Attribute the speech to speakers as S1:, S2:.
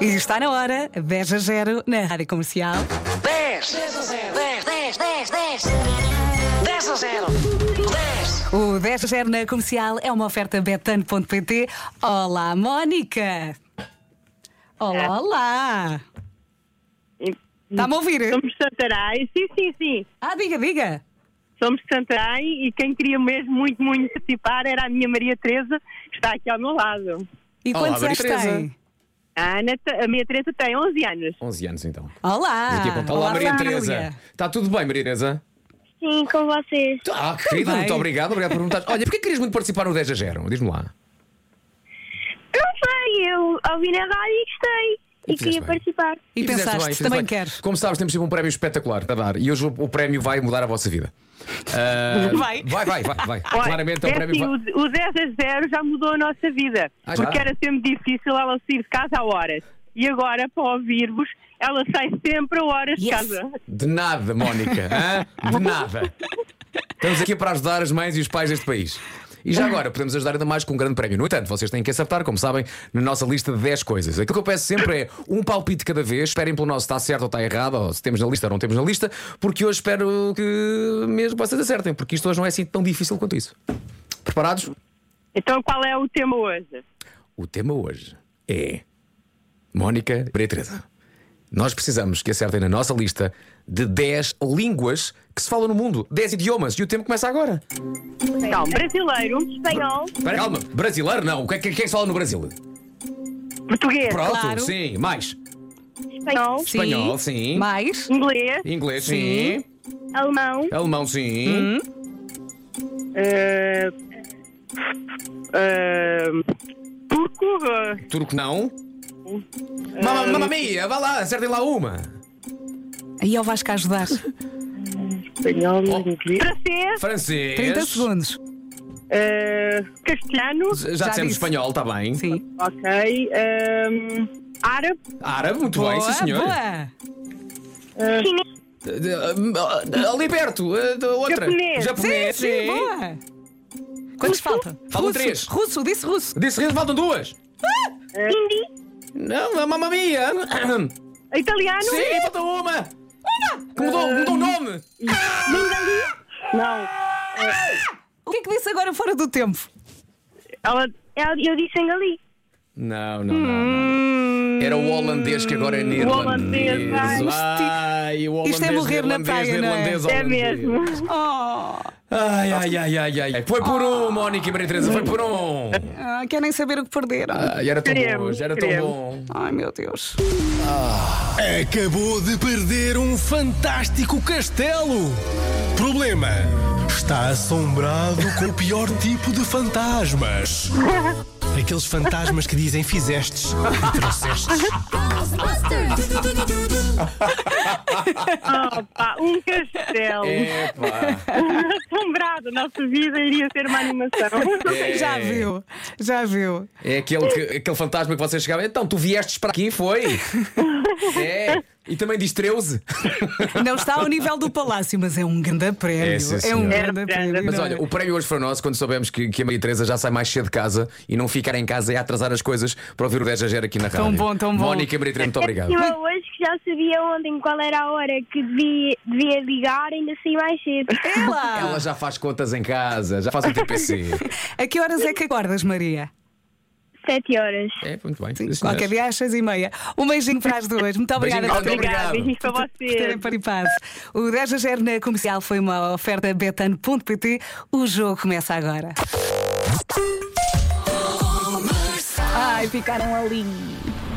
S1: E está na hora, 10 a 0 na Rádio Comercial.
S2: 10 10 10 10 10 10 a 0 10
S1: O 10 a 0 na Comercial é uma oferta betano.pt. Olá, Mónica! Olá, olá! Está-me a ouvir?
S3: Somos de Santarém, sim, sim, sim.
S1: Ah, diga, diga!
S3: Somos de Santarém e quem queria mesmo muito, muito participar era a minha Maria Teresa, que está aqui ao meu lado.
S1: E
S4: Olá,
S1: quantos
S4: Maria
S1: anos
S4: Teresa.
S1: tem?
S3: A, Ana, te- a Maria Teresa tem 11 anos.
S4: 11 anos então.
S1: Ah, Olá!
S4: Aqui aponta. Olá, Maria
S1: família.
S4: Teresa. Está tudo bem, Maria Teresa?
S5: Sim, com vocês.
S4: Ah, querida,
S1: bem.
S4: muito obrigado, obrigado por perguntar. Olha, porquê querias muito participar no 10 a 0? Diz-me lá.
S5: Não sei, eu ouvi na rádio e gostei.
S4: E
S5: E,
S4: fizeste
S5: queria
S4: bem.
S5: participar.
S1: E
S4: fizeste
S1: pensaste,
S4: bem, fizeste
S1: também
S4: bem.
S1: quero.
S4: Como sabes, temos sempre um prémio espetacular a dar e hoje o, o prémio vai mudar a vossa vida. Ah,
S1: Vai.
S4: Vai, vai, vai. vai.
S3: Olha,
S4: Claramente é um
S3: é
S4: prémio.
S3: assim,
S4: vai-
S3: o, o 10 a 0 já mudou a nossa vida.
S4: Ah, já?
S3: porque era sempre difícil ela sair de casa a horas. E agora, para ouvir-vos, ela sai sempre a horas de
S1: Yes.
S3: casa.
S4: De nada, Mónica. hã? De nada. Estamos aqui para ajudar as mães e os pais deste país. E já agora podemos ajudar ainda mais com um grande prémio. No entanto, vocês têm que acertar, como sabem, na nossa lista de 10 coisas. Aquilo que eu peço sempre é um palpite cada vez. Esperem pelo nosso se está certo ou está errado, ou se temos na lista ou não temos na lista, porque hoje espero que mesmo vocês acertem, porque isto hoje não é assim tão difícil quanto isso. Preparados?
S3: Então, qual é o tema hoje?
S4: O tema hoje é Mónica Maria Teresa. Nós precisamos que acertem na nossa lista de 10 línguas que se falam no mundo, 10 idiomas, e o tempo começa agora.
S3: Então, brasileiro,
S5: Espanhol,
S4: Espera, calma, brasileiro não. O que é que, que é que se fala no Brasil?
S3: português,
S4: Pronto,
S1: Claro.
S4: sim, mais.
S5: espanhol,
S1: Sim.
S4: Espanhol, sim.
S1: Mais?
S3: inglês,
S4: Inglês, sim.
S5: alemão,
S4: Alemão, sim.
S1: Hum?
S3: eh, eh, turco, eh,
S4: Turco, não.
S1: Eh,
S4: Mamma mamma mia, vá lá, acertem lá uma.
S1: Aí eu Vasco a ajudar.
S3: Espanhol, inglês. Francês,
S4: Francês.
S1: 30 segundos.
S3: eh, castelhano,
S4: Já,
S1: Já
S4: dissemos
S1: disse.
S4: espanhol, está bem.
S1: Sim.
S3: ok. ehm, árabe,
S4: Árabe, muito
S1: boa,
S4: bem, sim senhor.
S1: boa.
S3: é,
S5: chinês,
S4: De- de- ah, ah, Liberto, ah, de outra.
S3: Japonês.
S1: Sim,
S4: Japonês,
S1: sim, boa. Quantos faltam?
S4: Faltam
S1: russo,
S4: três.
S1: Russo, disse russo.
S4: Disse riso, faltam duas.
S5: hindi,
S4: Não, mamma mia.
S3: italiano,
S4: Sim, falta uma. Que mudou, mudou o nome.
S3: não.
S1: O que é que disse agora fora do tempo?
S3: Ela,
S5: eu, eu disse angali.
S4: Não, não, não, não. Era o holandês que agora é neerlandês.
S3: holandês, ai.
S4: Ai, o holandês,
S1: Isto é morrer na
S4: neerlandês,
S1: praia, não é?
S4: neerlandês,
S3: é
S4: holandês.
S3: mesmo.
S1: Oh,
S4: Ai, ai, ai, ai, ai. Foi por um, Mónica e Maria Teresa, foi por um.
S1: ah, querem saber o que perderam.
S4: Ai, era tão bom,
S3: Queremos,
S4: já era tão
S3: queremos.
S4: bom.
S1: Ai, meu Deus.
S6: Acabou de perder um fantástico castelo. Problema: está assombrado com o pior tipo de fantasmas. Aqueles fantasmas que dizem fizestes e trouxestes.
S3: Opa, um castelo.
S4: É. Epá.
S3: Assombrado, a nossa vida iria ser uma animação.
S4: É.
S1: Já viu, já viu.
S4: É aquele, que- aquele fantasma que vocês chegavam. Então, tu viestes para aqui, foi? É. E também distreu-se.
S1: Não está ao nível do palácio, mas é um grande prémio.
S4: É, sim,
S1: um
S4: senhora.
S1: grande
S3: É,
S1: prémio.
S3: grande.
S4: Mas olha, o prémio hoje foi nosso quando soubemos que, que a Maria Teresa já sai mais cedo de casa e não ficar em casa e atrasar as coisas para ouvir o 10 a 0 aqui na rádio.
S1: Tão bom, tão bom.
S4: Mónica e Maria Teresa, muito obrigado.
S5: E eu hoje que já sabia ontem qual era a hora que devia, devia ligar, ainda saí mais cedo.
S1: Ela!
S4: Ela já faz contas em casa, já faz um TPC.
S1: A que horas é que acordas, Maria?
S5: Sete horas.
S4: é, muito bem.
S1: Sim,
S4: Sim, senhoras.
S1: qualquer dia às seis e meia. Um beijinho para as duas. Muito obrigada
S4: Beijinho,
S1: por terem-
S4: muito obrigado.
S3: Obrigada, beijinhos para
S1: por terem
S3: vocês.
S1: participado. O 10 a 0 na comercial foi uma oferta betano.pt. O jogo começa agora. Ai, ficaram ali.